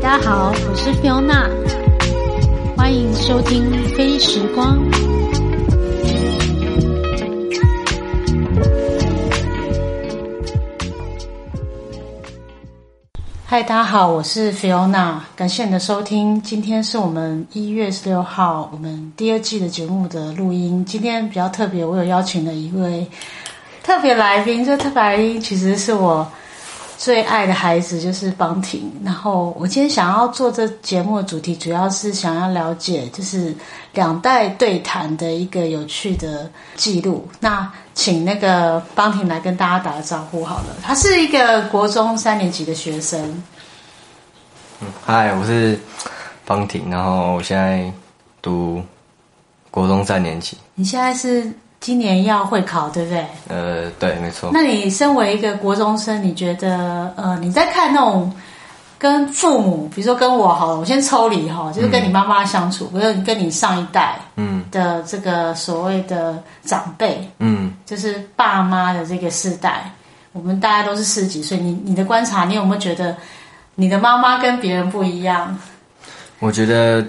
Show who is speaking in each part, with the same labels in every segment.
Speaker 1: 大家好，我是菲欧娜，欢迎收听《飞时光》。嗨，大家好，我是菲欧娜，感谢你的收听。今天是我们一月十六号，我们第二季的节目的录音。今天比较特别，我有邀请了一位特别来宾，这特别来宾其实是我。最爱的孩子就是邦婷。然后我今天想要做这节目的主题，主要是想要了解就是两代对谈的一个有趣的记录。那请那个邦婷来跟大家打个招呼好了。他是一个国中三年级的学生，
Speaker 2: 嗨，我是方婷，然后我现在读国中三年级。
Speaker 1: 你现在是今年要会考对不对？
Speaker 2: 呃，对，没错。
Speaker 1: 那你身为一个国中生，你觉得呃，你在看那种跟父母，比如说跟我好了，我先抽离哈，就是跟你妈妈相处，比如跟你上一代
Speaker 2: 嗯
Speaker 1: 的这个所谓的长辈，
Speaker 2: 嗯，
Speaker 1: 就是爸妈的这个世代，我们大家都是四十几岁，你你的观察，你有没有觉得你的妈妈跟别人不一样？
Speaker 2: 我觉得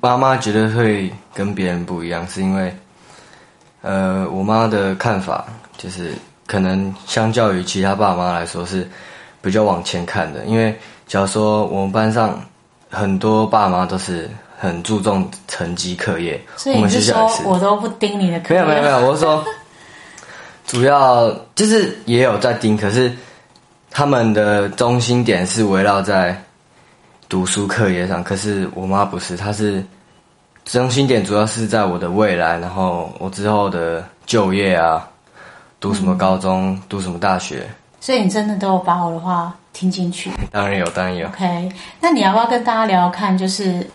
Speaker 2: 妈妈觉得会跟别人不一样，是因为呃，我妈的看法就是可能相较于其他爸妈来说是比较往前看的，因为假如说我们班上很多爸妈都是很注重成绩课业，
Speaker 1: 所以
Speaker 2: 我
Speaker 1: 你
Speaker 2: 们学
Speaker 1: 是
Speaker 2: 校
Speaker 1: 说
Speaker 2: 也是。
Speaker 1: 我都不盯你的课
Speaker 2: 没
Speaker 1: 业
Speaker 2: 有没有没有，我是说，主要就是也有在盯，可是他们的中心点是围绕在读书课业上。可是我妈不是，她是中心点主要是在我的未来，然后我之后的就业啊，读什么高中，读什么大学，
Speaker 1: 所以你真的都有把我的话听进去。
Speaker 2: 当然有，当然有。
Speaker 1: OK，那你要不要跟大家聊聊看，就是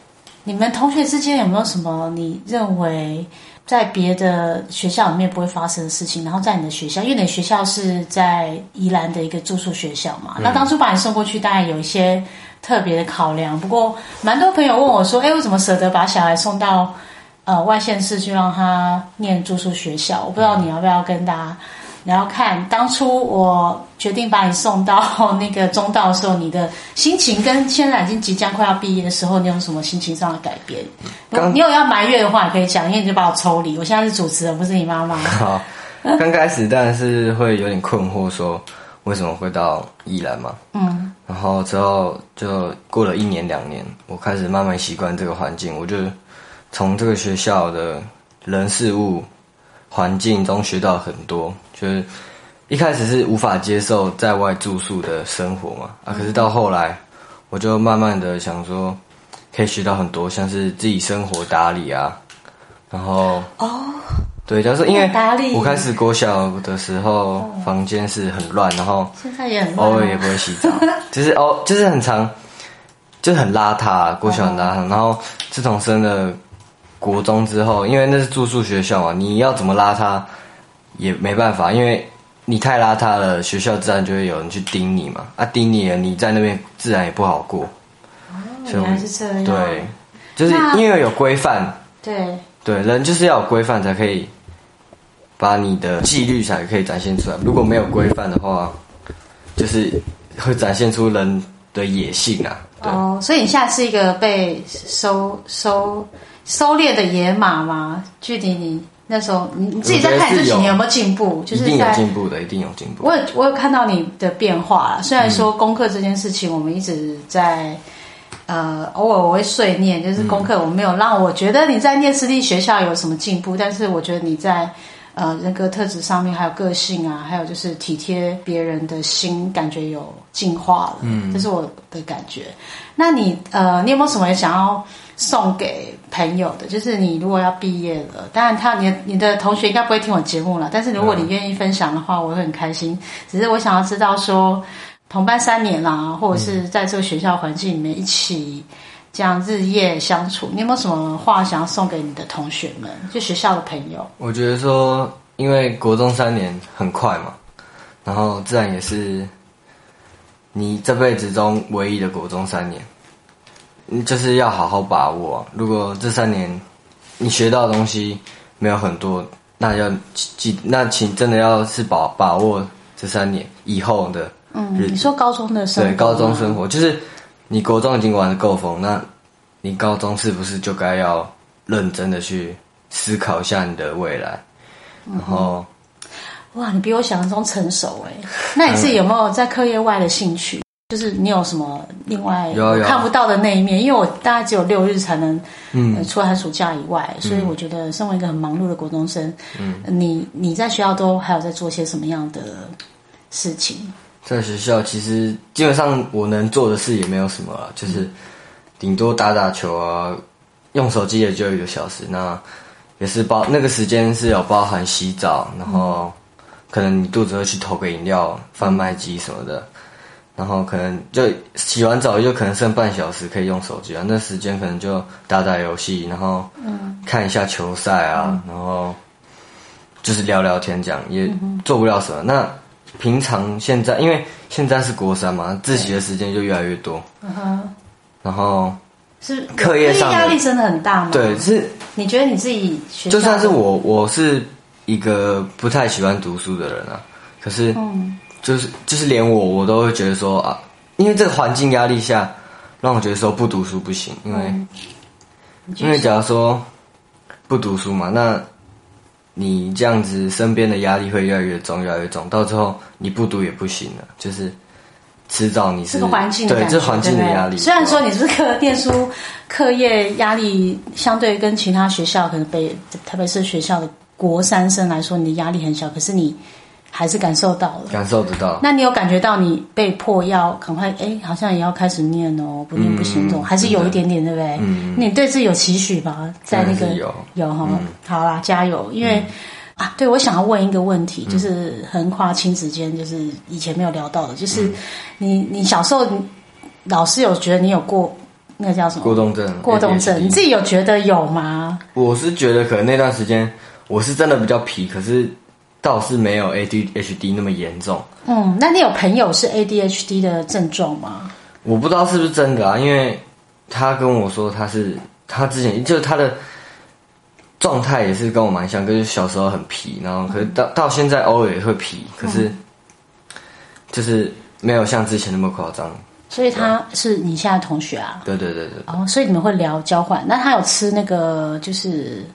Speaker 1: 你们同学之间有没有什么你认为在别的学校里面不会发生的事情？然后在你的学校，因为你的学校是在宜兰的一个住宿学校嘛，那当初把你送过去，当然有一些特别的考量。不过，蛮多朋友问我说：“哎，为什么舍得把小孩送到呃外县市去让他念住宿学校？”我不知道你要不要跟大家。然后看当初我决定把你送到那个中道的时候，你的心情跟现在已经即将快要毕业的时候，你有什么心情上的改变？如果
Speaker 2: 刚
Speaker 1: 你有要埋怨的话，也可以讲，因为你就把我抽离。我现在是主持人，不是你妈妈。
Speaker 2: 好，刚开始当然是会有点困惑，说为什么会到宜兰嘛？
Speaker 1: 嗯，
Speaker 2: 然后之后就过了一年两年，我开始慢慢习惯这个环境，我就从这个学校的人事物环境中学到很多。就是一开始是无法接受在外住宿的生活嘛，
Speaker 1: 嗯
Speaker 2: 啊，可是到后来我就慢慢的想说，可以学到很多，像是自己生活打理啊，然后哦，对，但是因为
Speaker 1: 哦打理哦
Speaker 2: 我开始国小的时候房间是很乱，然后。
Speaker 1: 现在也很乱
Speaker 2: 偶
Speaker 1: 哦、
Speaker 2: 尔也不会洗 澡，就是哦，就是很常，就是很邋遢，国小很邋
Speaker 1: 嗯
Speaker 2: 遢。然后自从升了国中之后，因为那是住宿学校嘛，你要怎么邋遢也没办法，因为你太邋遢了，学校自然就会有人去盯你嘛。啊，盯你了，你在那边自然也不好过。所以我
Speaker 1: 哦原来是这样。
Speaker 2: 对，就是
Speaker 1: 那
Speaker 2: 因为有规范，
Speaker 1: 对
Speaker 2: 对，人就是要有规范才可以把你的纪律才可以展现出来。如果没有规范的话，就是会展现出人的野性啊。对，
Speaker 1: 哦，所以你现在是一个被收收收敛的野马吗？距离你那时候，你你自己在看你自己，
Speaker 2: 我觉得是有
Speaker 1: 你有没有进步？就
Speaker 2: 一
Speaker 1: 是
Speaker 2: 定有
Speaker 1: 在
Speaker 2: 进步的，一定有进步。
Speaker 1: 我有我有看到你的变化啦，虽然说功课这件事情我们一直在，呃，偶尔我会碎念，就是功课我没有让我觉得你在念私立学校有什么进步，但是我觉得你在呃人格特质上面，还有个性啊，还有就是体贴别人的心，感觉有进化了，嗯，这是我的感觉。那你呃，你有没有什么想要送给朋友的？就是你如果要毕业了，当然他你的你的同学应该不会听我节目了，但是如果你愿意分享的话，我会很开心。只是我想要知道说，同班三年啦，或者是在这个学校环境里面一起。这样日夜相处，你有没有什么话想要送给你的同学们，就学校的朋友？
Speaker 2: 我觉得说，因为国中三年很快嘛，然后自然也是你这辈子中唯一的国中三年，嗯就是要好好把握、啊。如果这三年你学到的东西没有很多，那要记，那请真的要是把把握这三年以后的
Speaker 1: 嗯，你说高中的生活，
Speaker 2: 对高中生活，就是你国中已经玩的够疯，那你高中是不是就该要认真的去思考一下你的未来？然后
Speaker 1: 哇，你比我想象中成熟哎。那你自己有没有在课业外的兴趣？就是你有什么另外
Speaker 2: 有啊有啊
Speaker 1: 看不到的那一面？因为我大概只有六日才能，
Speaker 2: 嗯
Speaker 1: 呃除了寒暑假以外，所以我觉得身为一个很忙碌的国中生，嗯，你你在学校都还有在做些什么样的事情？
Speaker 2: 在学校其实基本上我能做的事也没有什么了，啊就是顶多打打球啊，用手机也就一个小时，那也是包那个时间是有包含洗澡，然后可能你肚子饿去投个饮料贩卖机什么的，然后可能就洗完澡就可能剩半小时可以用手机啊，那时间可能就打打游戏，然后看一下球赛啊，然后就是聊聊天这样，也
Speaker 1: 嗯
Speaker 2: 做不了什么。那平常现在因为现在是国三嘛，自习的时间就越来越多，
Speaker 1: 嗯哼，
Speaker 2: 然后
Speaker 1: 是
Speaker 2: 课业上的
Speaker 1: 压力真的很大吗？
Speaker 2: 对，是
Speaker 1: 你觉得你自己哦学校
Speaker 2: 就算是
Speaker 1: 的
Speaker 2: 我，我是一个不太喜欢读书的人啊，可是
Speaker 1: 嗯
Speaker 2: 就是就是连我我都会觉得说啊，因为这个环境压力下，让我觉得说不读书不行，因为
Speaker 1: 嗯，你觉
Speaker 2: 因
Speaker 1: 得
Speaker 2: 为假如说不读书嘛，那你这样子身边的压力会越来越重，越来越重，到最后你不读也不行了，就是迟早你是
Speaker 1: 这个环境的
Speaker 2: 对
Speaker 1: 感觉
Speaker 2: 这环境的
Speaker 1: 对不对
Speaker 2: 压力。
Speaker 1: 虽然说你是课念书课业压力相对跟其他学校，可能北台北市学校的国三生来说，你的压力很小，可是你还是感受到了。
Speaker 2: 感受得到，
Speaker 1: 那你有感觉到你被迫要赶快，哎，好像也要开始念哦，不念不行，这种、
Speaker 2: 嗯
Speaker 1: 还是有一点点，对不对？
Speaker 2: 嗯
Speaker 1: 你对自己有期许吧？在那
Speaker 2: 真
Speaker 1: 个
Speaker 2: 的是有嗯
Speaker 1: 有哈、好啦，加油！因为、啊，对我想要问一个问
Speaker 2: 嗯
Speaker 1: 题，就是横跨亲子间，就是以前没有聊到的，就是
Speaker 2: 嗯
Speaker 1: 你你小时候老师有觉得你有过那个叫什么
Speaker 2: 过动症，
Speaker 1: 过动症，
Speaker 2: ADHD
Speaker 1: 你自己有觉得有吗？
Speaker 2: 我是觉得可能那段时间我是真的比较皮，可是倒是没有 ADHD 那么严重。
Speaker 1: 嗯，那你有朋友是 ADHD 的症状吗？
Speaker 2: 我不知道是不是真的啊，因为他跟我说他是他之前就是他的状态也是跟我蛮像，就是小时候很皮，然后
Speaker 1: 嗯
Speaker 2: 可是到、到现在偶尔也会皮，可是就是没有像之前那么夸张。
Speaker 1: 所以他是你现在的同学啊？
Speaker 2: 对对对对，
Speaker 1: 哦，所以你们会聊交换？那他有吃那个就是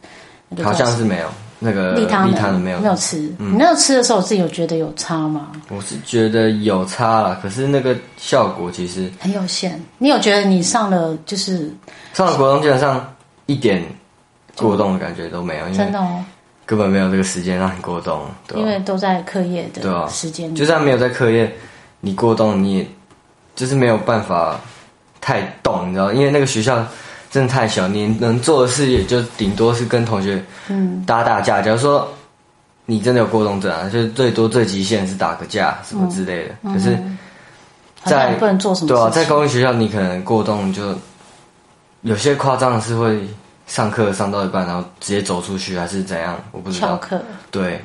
Speaker 1: 那个叫
Speaker 2: 好像是没有那个
Speaker 1: 利他
Speaker 2: 利
Speaker 1: 们
Speaker 2: 他的没有嗯
Speaker 1: 没有吃。你那时候吃的时候，我自己有觉得有差吗？
Speaker 2: 我是觉得有差啦，可是那个效果其实
Speaker 1: 很有限。你有觉得你上了就是
Speaker 2: 上了国中基本上一点过动的感觉都没有，因为
Speaker 1: 真的哦，
Speaker 2: 根本没有这个时间让你过动，对
Speaker 1: 因
Speaker 2: 吧、
Speaker 1: 为都在课业
Speaker 2: 对啊
Speaker 1: 的时间里，
Speaker 2: 就算没有在课业，你过动你也就是没有办法太动，你知道？因为那个学校真的太小，你能做的事也就顶多是跟同学
Speaker 1: 嗯
Speaker 2: 打打架。假如说你真的有过动症啊，就是最多最极限是打个架什么之类的。可是
Speaker 1: 好像
Speaker 2: 在
Speaker 1: 也不嗯能做什么事
Speaker 2: 对
Speaker 1: 情。
Speaker 2: 啊，在公立学校你可能过动就有些夸张的是会上课上到一半，然后直接走出去还是怎样，我不知
Speaker 1: 翘
Speaker 2: 道。
Speaker 1: 课。
Speaker 2: 对，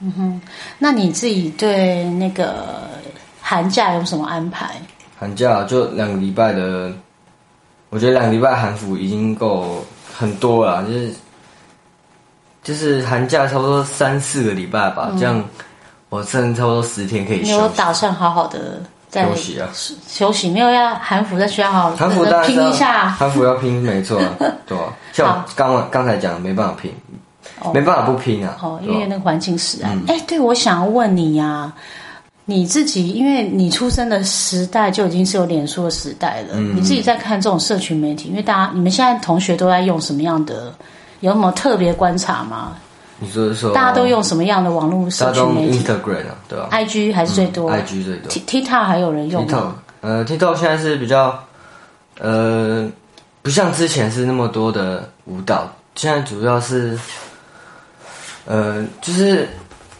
Speaker 2: 嗯，
Speaker 1: 那你自己对那个寒假有什么安排？
Speaker 2: 寒假就两个礼拜的，我觉得两个礼拜韩服已经够很多了，就是就是寒假差不多三四个礼拜吧，这样我剩差不多十天可以
Speaker 1: 嗯你有
Speaker 2: 休息。
Speaker 1: 打算好好的在
Speaker 2: 休息啊
Speaker 1: 休息没有要韩服在学校好好
Speaker 2: 韩服当然是
Speaker 1: 拼
Speaker 2: 要
Speaker 1: 一下。
Speaker 2: 韩服要拼，没错 啊，对吧、像我刚刚才讲的，没办法拼，
Speaker 1: 哦
Speaker 2: 没办法不拼啊，
Speaker 1: 哦，因
Speaker 2: 对吧
Speaker 1: 为那个环境使
Speaker 2: 嗯
Speaker 1: 然。哎、对，我想要问你呀、你自己，因为你出生的时代就已经是有脸书的时代了，
Speaker 2: 嗯
Speaker 1: 你自己在看这种社群媒体，因为大家你们现在同学都在用什么样的？有什么特别观察吗？
Speaker 2: 你说是说
Speaker 1: 大家都用什么样的网络
Speaker 2: 大
Speaker 1: 社群
Speaker 2: 众
Speaker 1: 媒体
Speaker 2: Instagram 啊，对吧、
Speaker 1: ？IG 还是最多、
Speaker 2: i g 最多
Speaker 1: T TikTok 还有人用吗
Speaker 2: TikTok，呃，TikTok 现在是比较，呃，不像之前是那么多的舞蹈，现在主要是，呃，就是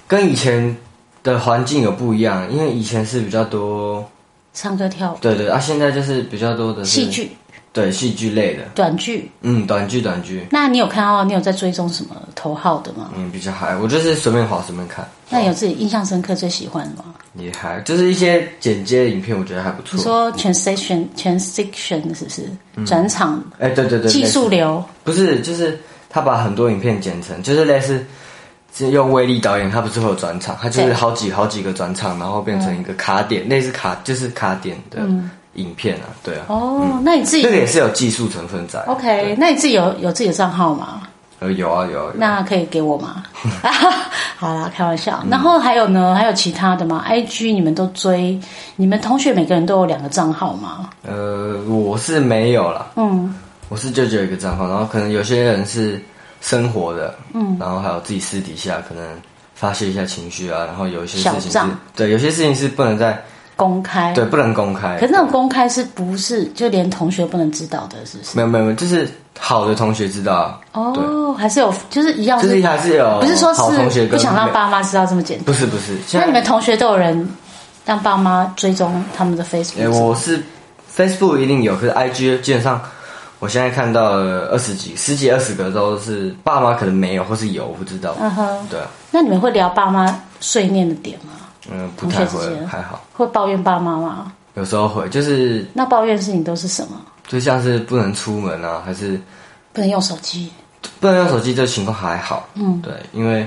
Speaker 2: 跟以前的环境有不一样，因为以前是比较多，
Speaker 1: 唱歌跳舞、
Speaker 2: 对对，啊，现在就是比较多的是
Speaker 1: 戏，剧、
Speaker 2: 对戏剧类的，
Speaker 1: 短剧。
Speaker 2: 嗯，短剧短剧，
Speaker 1: 那你有看到你有在追踪什么头号的吗？
Speaker 2: 嗯，比较嗨，我就是随便滑随便看，
Speaker 1: 那有自己印象深刻、最喜欢的吗？
Speaker 2: 也还就是一些剪接影片，我觉得还不
Speaker 1: 你
Speaker 2: 错。
Speaker 1: 说 transition transition 是不是转场
Speaker 2: 哎，对对对，
Speaker 1: 技
Speaker 2: 类似
Speaker 1: 术流？
Speaker 2: 不是，就是他把很多影片剪成，就是类似是用威力导演，他不是会有转场，他就是
Speaker 1: 对嗯
Speaker 2: 好几好几个转场，然后变成一个卡点，类似卡就是卡点的影片啊，对啊，
Speaker 1: 哦，那你自己
Speaker 2: 这个也是有技术成分在。
Speaker 1: OK？那你自己有有自己的账号吗？
Speaker 2: 呃，有啊有啊，有啊
Speaker 1: 那可以给我 吗？好啦，开玩笑。
Speaker 2: 嗯
Speaker 1: 然后还有呢？还有其他的吗？IG 你们都追？你们同学每个人都有两个账号吗？
Speaker 2: 呃，我是没有啦，
Speaker 1: 嗯，
Speaker 2: 我是就只有一个账号，然后可能有些人是生活的，嗯，然后还有自己私底下可能发泄一下情绪啊，然后有一些事情
Speaker 1: 小
Speaker 2: 是
Speaker 1: 账，
Speaker 2: 对，有些事情是不能在，
Speaker 1: 公开。
Speaker 2: 对，不能公开
Speaker 1: 可。是那种公开是不是就连同学不能知道的？是不是？
Speaker 2: 没有没有，没有就是好的同学知道啊，
Speaker 1: 哦，还是有，就是一样，
Speaker 2: 就是是还是有
Speaker 1: 啊不是说
Speaker 2: 好同
Speaker 1: 是
Speaker 2: 学
Speaker 1: 不
Speaker 2: 跟
Speaker 1: 想让
Speaker 2: 没
Speaker 1: 爸妈知道这么简单。
Speaker 2: 不是不是，现
Speaker 1: 那你
Speaker 2: 在
Speaker 1: 们同学都有人让爸妈追踪他们的
Speaker 2: 诶
Speaker 1: Facebook？
Speaker 2: 哎我是 Facebook 一定有，可是 IG 基本上我现在看到了二十几、十几、二十个都是爸妈可能没有，或是有，我不知道。
Speaker 1: 嗯哼，
Speaker 2: 对啊，
Speaker 1: 那你们会聊爸妈碎念的点吗？
Speaker 2: 嗯，不
Speaker 1: 同
Speaker 2: 太
Speaker 1: 学之
Speaker 2: 会，
Speaker 1: 间
Speaker 2: 还好，
Speaker 1: 会抱怨爸妈吗？
Speaker 2: 有时候会，就是
Speaker 1: 那抱怨的事情都是什么？
Speaker 2: 就像是不能出门啊，还是
Speaker 1: 不能用手机。
Speaker 2: 不能用手机这情况还好。嗯，对，因为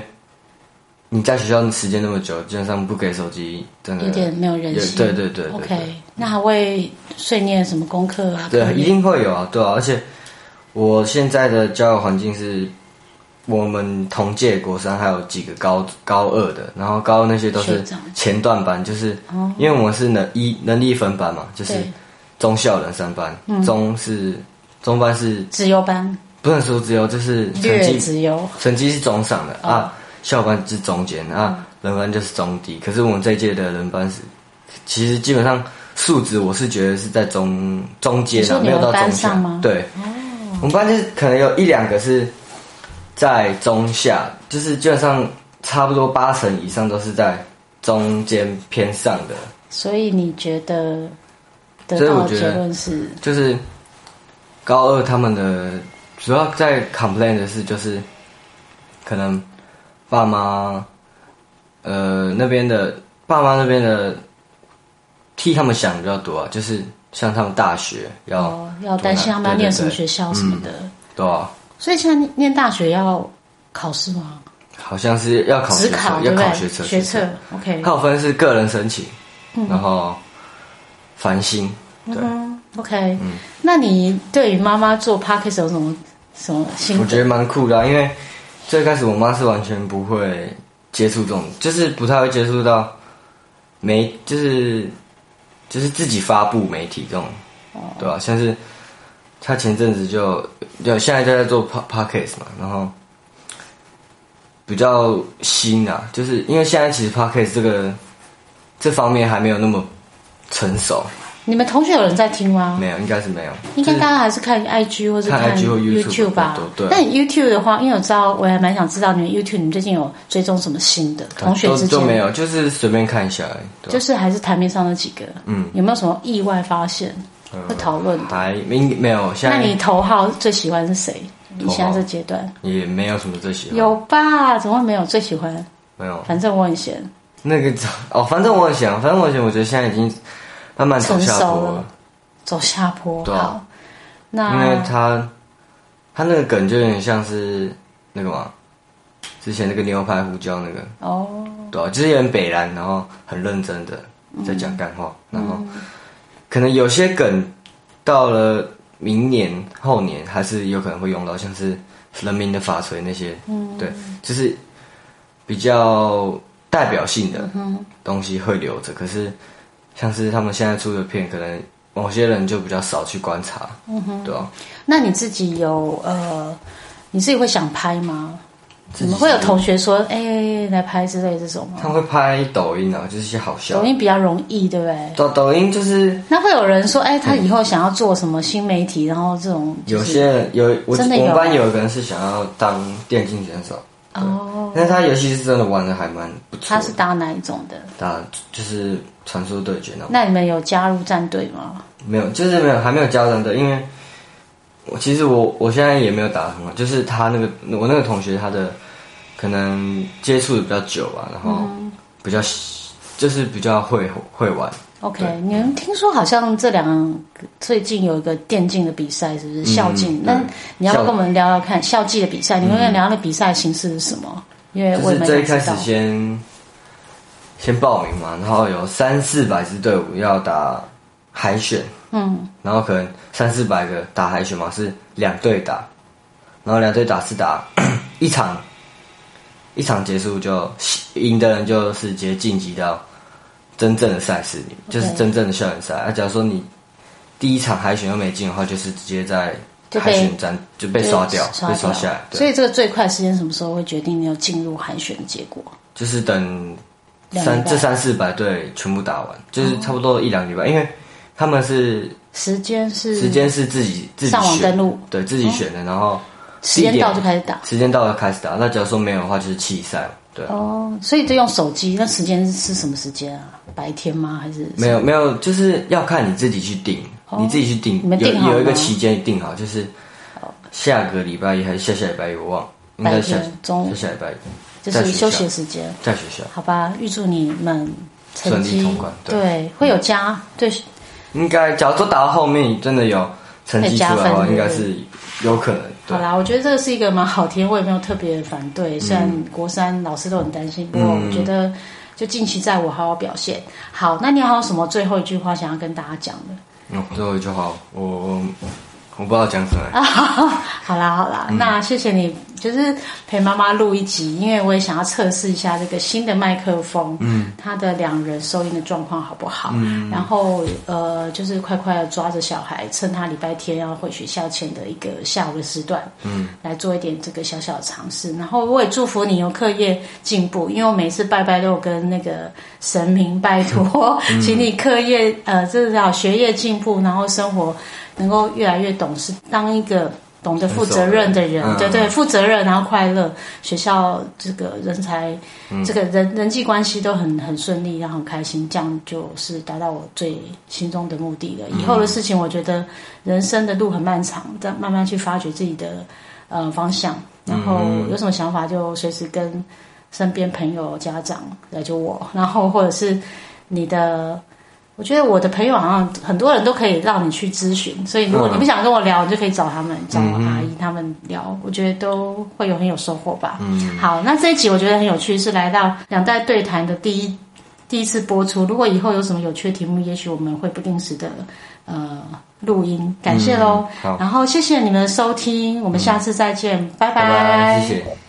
Speaker 2: 你在学校时间那么久，基本上不给手机，真的
Speaker 1: 有点没有人性。
Speaker 2: 呃对对对对
Speaker 1: OK，那还会碎念什么功课啊？
Speaker 2: 对，一定会有啊，对啊，而且我现在的交友环境是，我们同届国三还有几个高高二的，然后高二那些都
Speaker 1: 学
Speaker 2: 是
Speaker 1: 长哦
Speaker 2: 前段班，就是因为我们是能一能力分班嘛，就是
Speaker 1: 对嗯
Speaker 2: 中校人三班，中是中班是
Speaker 1: 自由班
Speaker 2: 不能说只有就是成
Speaker 1: 略
Speaker 2: 绩
Speaker 1: 自由，
Speaker 2: 成绩是中上的、
Speaker 1: 哦
Speaker 2: 啊，校班是中间啊，
Speaker 1: 嗯
Speaker 2: 人班就是中低，可是我们这一届的人班是，其实基本上素质我是觉得是在中中间
Speaker 1: 你说
Speaker 2: 啊，
Speaker 1: 你
Speaker 2: 没有
Speaker 1: 们
Speaker 2: 到
Speaker 1: 班
Speaker 2: 中下
Speaker 1: 上吗。哦
Speaker 2: 对，我们班就是可能有一两个是在中下，就是基本上差不多八成以上都是在中间偏上的，
Speaker 1: 所以你觉得得
Speaker 2: 所以
Speaker 1: 到
Speaker 2: 我
Speaker 1: 的
Speaker 2: 觉
Speaker 1: 结
Speaker 2: 得
Speaker 1: 论是
Speaker 2: 就是高二他们的主要在 complain 的是就是可能爸妈呃那边的爸妈那边的替他们想比较多啊，就是像他们大学要、啊
Speaker 1: 哦，要担心他们要念什么学校什么的。
Speaker 2: 对啊，
Speaker 1: 所以现在念大学要考试吗？
Speaker 2: 好像是要考
Speaker 1: 只
Speaker 2: 学测
Speaker 1: 考对
Speaker 2: 要
Speaker 1: 不
Speaker 2: 考
Speaker 1: 对？嗯
Speaker 2: 学测
Speaker 1: 学
Speaker 2: 测
Speaker 1: 测 OK
Speaker 2: 还有分是个人申请，然后繁星对。
Speaker 1: 嗯 OK，那你对于妈妈做 p a c k a g e 有什么什么心
Speaker 2: 我
Speaker 1: 得？
Speaker 2: 觉得蛮酷的啊、因为最开始我妈是完全不会接触这种，就是不太会接触到媒，就是就是自己发布媒体这种，
Speaker 1: 哦
Speaker 2: 对吧、像是她前阵子就就现在就在做 po- podcast 嘛，然后比较新啊，就是因为现在其实 podcast 这个这方面还没有那么成熟，
Speaker 1: 你们同学有人在听吗？
Speaker 2: 没有，应该是没有，
Speaker 1: 哦应该
Speaker 2: 就是
Speaker 1: 大家还是看 IG 或是
Speaker 2: 看 IG 或 YouTube
Speaker 1: YouTube 吧
Speaker 2: 比较多。对
Speaker 1: 但你 YouTube 的话，因为我知道，我还蛮想知道你们 YouTube 你们最近有追踪什么新的同学之
Speaker 2: 啊都都没
Speaker 1: 间，
Speaker 2: 有，就是随便看一下而已，对吧
Speaker 1: 就是还是台面上那几个，嗯，有没有什么意外发现会讨论的？
Speaker 2: 还没没有，嗯现
Speaker 1: 那
Speaker 2: 在
Speaker 1: 你头号最喜欢是谁？你现在这阶段
Speaker 2: 也没有什么最喜欢，
Speaker 1: 有吧？怎么会没有最喜欢？
Speaker 2: 没有
Speaker 1: 反正我很闲，
Speaker 2: 那个哦，反正我很想，反正我很想，我觉得现在已经慢慢走
Speaker 1: 成
Speaker 2: 下坡
Speaker 1: 熟走下坡。
Speaker 2: 对啊
Speaker 1: 好，
Speaker 2: 因为
Speaker 1: 那
Speaker 2: 他他那个梗就有点像是那个嘛，之前那个牛排胡椒那个，
Speaker 1: 哦，
Speaker 2: 对啊，就是有点北蓝，然后很认真的在讲干话，
Speaker 1: 嗯
Speaker 2: 然后可能有些梗到了明年后年还是有可能会用到，像是人民的法锤那些，
Speaker 1: 嗯
Speaker 2: 对，就是比较代表性的
Speaker 1: 嗯
Speaker 2: 东西会留着。可是像是他们现在出的片，可能某些人就比较少去观察，对啊吧、
Speaker 1: 那你自己有呃，你自己会想拍吗？
Speaker 2: 自
Speaker 1: 你
Speaker 2: 己
Speaker 1: 们会有同学说，哎、来拍之类这种吗？
Speaker 2: 他们会拍抖音啊，就是一些好笑
Speaker 1: 抖
Speaker 2: 的。
Speaker 1: 音比较容易，对不对？
Speaker 2: 抖抖音就是
Speaker 1: 那会有人说，哎、他以后想要做什么新媒体，然后这种、就
Speaker 2: 有
Speaker 1: 是、
Speaker 2: 些人有我
Speaker 1: 真的有啊
Speaker 2: 我们班有一个人是想要当电竞选手，
Speaker 1: 哦，
Speaker 2: 但是他游戏是真的玩的还蛮不错
Speaker 1: 他
Speaker 2: 的，
Speaker 1: 是打哪一种的？
Speaker 2: 打就是传说对决那种，
Speaker 1: 那你们有加入战队吗？
Speaker 2: 没有就是没有还没有加上队，因为我其实我我现在也没有打得很好，就是他那个我那个同学他的可能接触的比较久吧，然
Speaker 1: 嗯
Speaker 2: 后比较喜就是比较会会玩，
Speaker 1: OK，你们听说好像这两个最近有一个电竞的比赛，是不是校竞？
Speaker 2: 嗯对
Speaker 1: 那你要不要
Speaker 2: 校嗯
Speaker 1: 跟我们聊聊看校际的比赛？你们要聊聊比赛形式是什么？因为
Speaker 2: 就
Speaker 1: 我也
Speaker 2: 是
Speaker 1: 蛮
Speaker 2: 最一
Speaker 1: 想
Speaker 2: 开
Speaker 1: 知
Speaker 2: 始
Speaker 1: 道。
Speaker 2: 先先报名嘛，然后有三四百支队伍要打海选，嗯，然后可能三四百个打海选嘛，是两队打，然后两队打是打一场，一场结束就赢的人就是直接晋级到真正的赛事里，就是真正的校园赛。啊，假如说你第一场海选又没进的话，就是直接在
Speaker 1: 就被
Speaker 2: 海选站就被刷掉，
Speaker 1: 刷
Speaker 2: 被
Speaker 1: 掉
Speaker 2: 刷下来。对，
Speaker 1: 所以这个最快时间什么时候会决定你有进入海选的结果？
Speaker 2: 就是等
Speaker 1: 两
Speaker 2: 三
Speaker 1: 礼拜
Speaker 2: 这三四百队全部打完，就是差不多一两个礼拜，因为他们是
Speaker 1: 时间是
Speaker 2: 时间是自己自己
Speaker 1: 上网
Speaker 2: 选
Speaker 1: 登录哦
Speaker 2: 对自己选的，然后
Speaker 1: 时间到就开始打
Speaker 2: 时间到了开始打。那假如说没有的话，就是弃赛，对，
Speaker 1: 哦，所以就用手机。那时间是什么时间啊？白天吗？还是哦
Speaker 2: 没有没有，就是要看你自己去定，你自己去定
Speaker 1: 你，们
Speaker 2: 有
Speaker 1: 定好
Speaker 2: 有一个
Speaker 1: 吗
Speaker 2: 期间定好，就是下个礼拜一还是下下礼拜一，我忘，应
Speaker 1: 白
Speaker 2: 该下
Speaker 1: 天哦中午
Speaker 2: 下下礼拜一，
Speaker 1: 就是
Speaker 2: 在
Speaker 1: 休
Speaker 2: 学校
Speaker 1: 息的时间？
Speaker 2: 在学校
Speaker 1: 好吧，预祝你们成
Speaker 2: 顺利
Speaker 1: 绩
Speaker 2: 通关对
Speaker 1: 会有加对
Speaker 2: 应该，假如说打到后面真的有成绩出来
Speaker 1: 可以
Speaker 2: 的
Speaker 1: 加
Speaker 2: 话，
Speaker 1: 分
Speaker 2: 应该是有可能，对
Speaker 1: 好。啦，我觉得这个是一个蛮好听，我也没有特别反对。虽然国三老师都很担心，不过我觉得就近期在我好好表现。好，那你还有什么最后一句话想要跟大家讲的？
Speaker 2: 嗯，最后一句话，我我我不知道讲什么。
Speaker 1: 好啦好啦，那谢谢你，就是陪妈妈录一集，因为我也想要测试一下这个新的麦克风，嗯，它的两人收音的状况好不好？嗯，然后呃，就是快快的抓着小孩，趁他礼拜天要回学校前的一个下午的时段，嗯，来做一点这个小小的尝试。然后我也祝福你有课业进步，因为我每次拜拜都有跟那个神明拜托，请你课业呃，至少学业进步，然后生活能够越来越懂事，当一个。懂得负责任的人，
Speaker 2: 嗯
Speaker 1: 对对，负责任，然后快乐，学校这个人才，这个人人际关系都很很顺利，然后很开心，这样就是达到我最心中的目的了。以后的事情，我觉得人生的路很漫长，但慢慢去发掘自己的呃方向，然后有什么想法就随时跟身边朋友、家长，来就我，然后或者是你的。我觉得我的朋友好像很多人都可以让你去咨询，所以如果
Speaker 2: 嗯
Speaker 1: 你不想跟我聊，你就可以找他们，找阿姨他们
Speaker 2: 嗯
Speaker 1: 聊，我觉得都会有很有收获吧。嗯，好，那这一集我觉得很有趣，是来到两代对谈的第一第一次播出。如果以后有什么有趣的题目，也许我们会不定时的呃录音。感谢喽，
Speaker 2: 嗯好
Speaker 1: 然后谢谢你们的收听，我们下次再见，拜
Speaker 2: 拜拜，谢谢。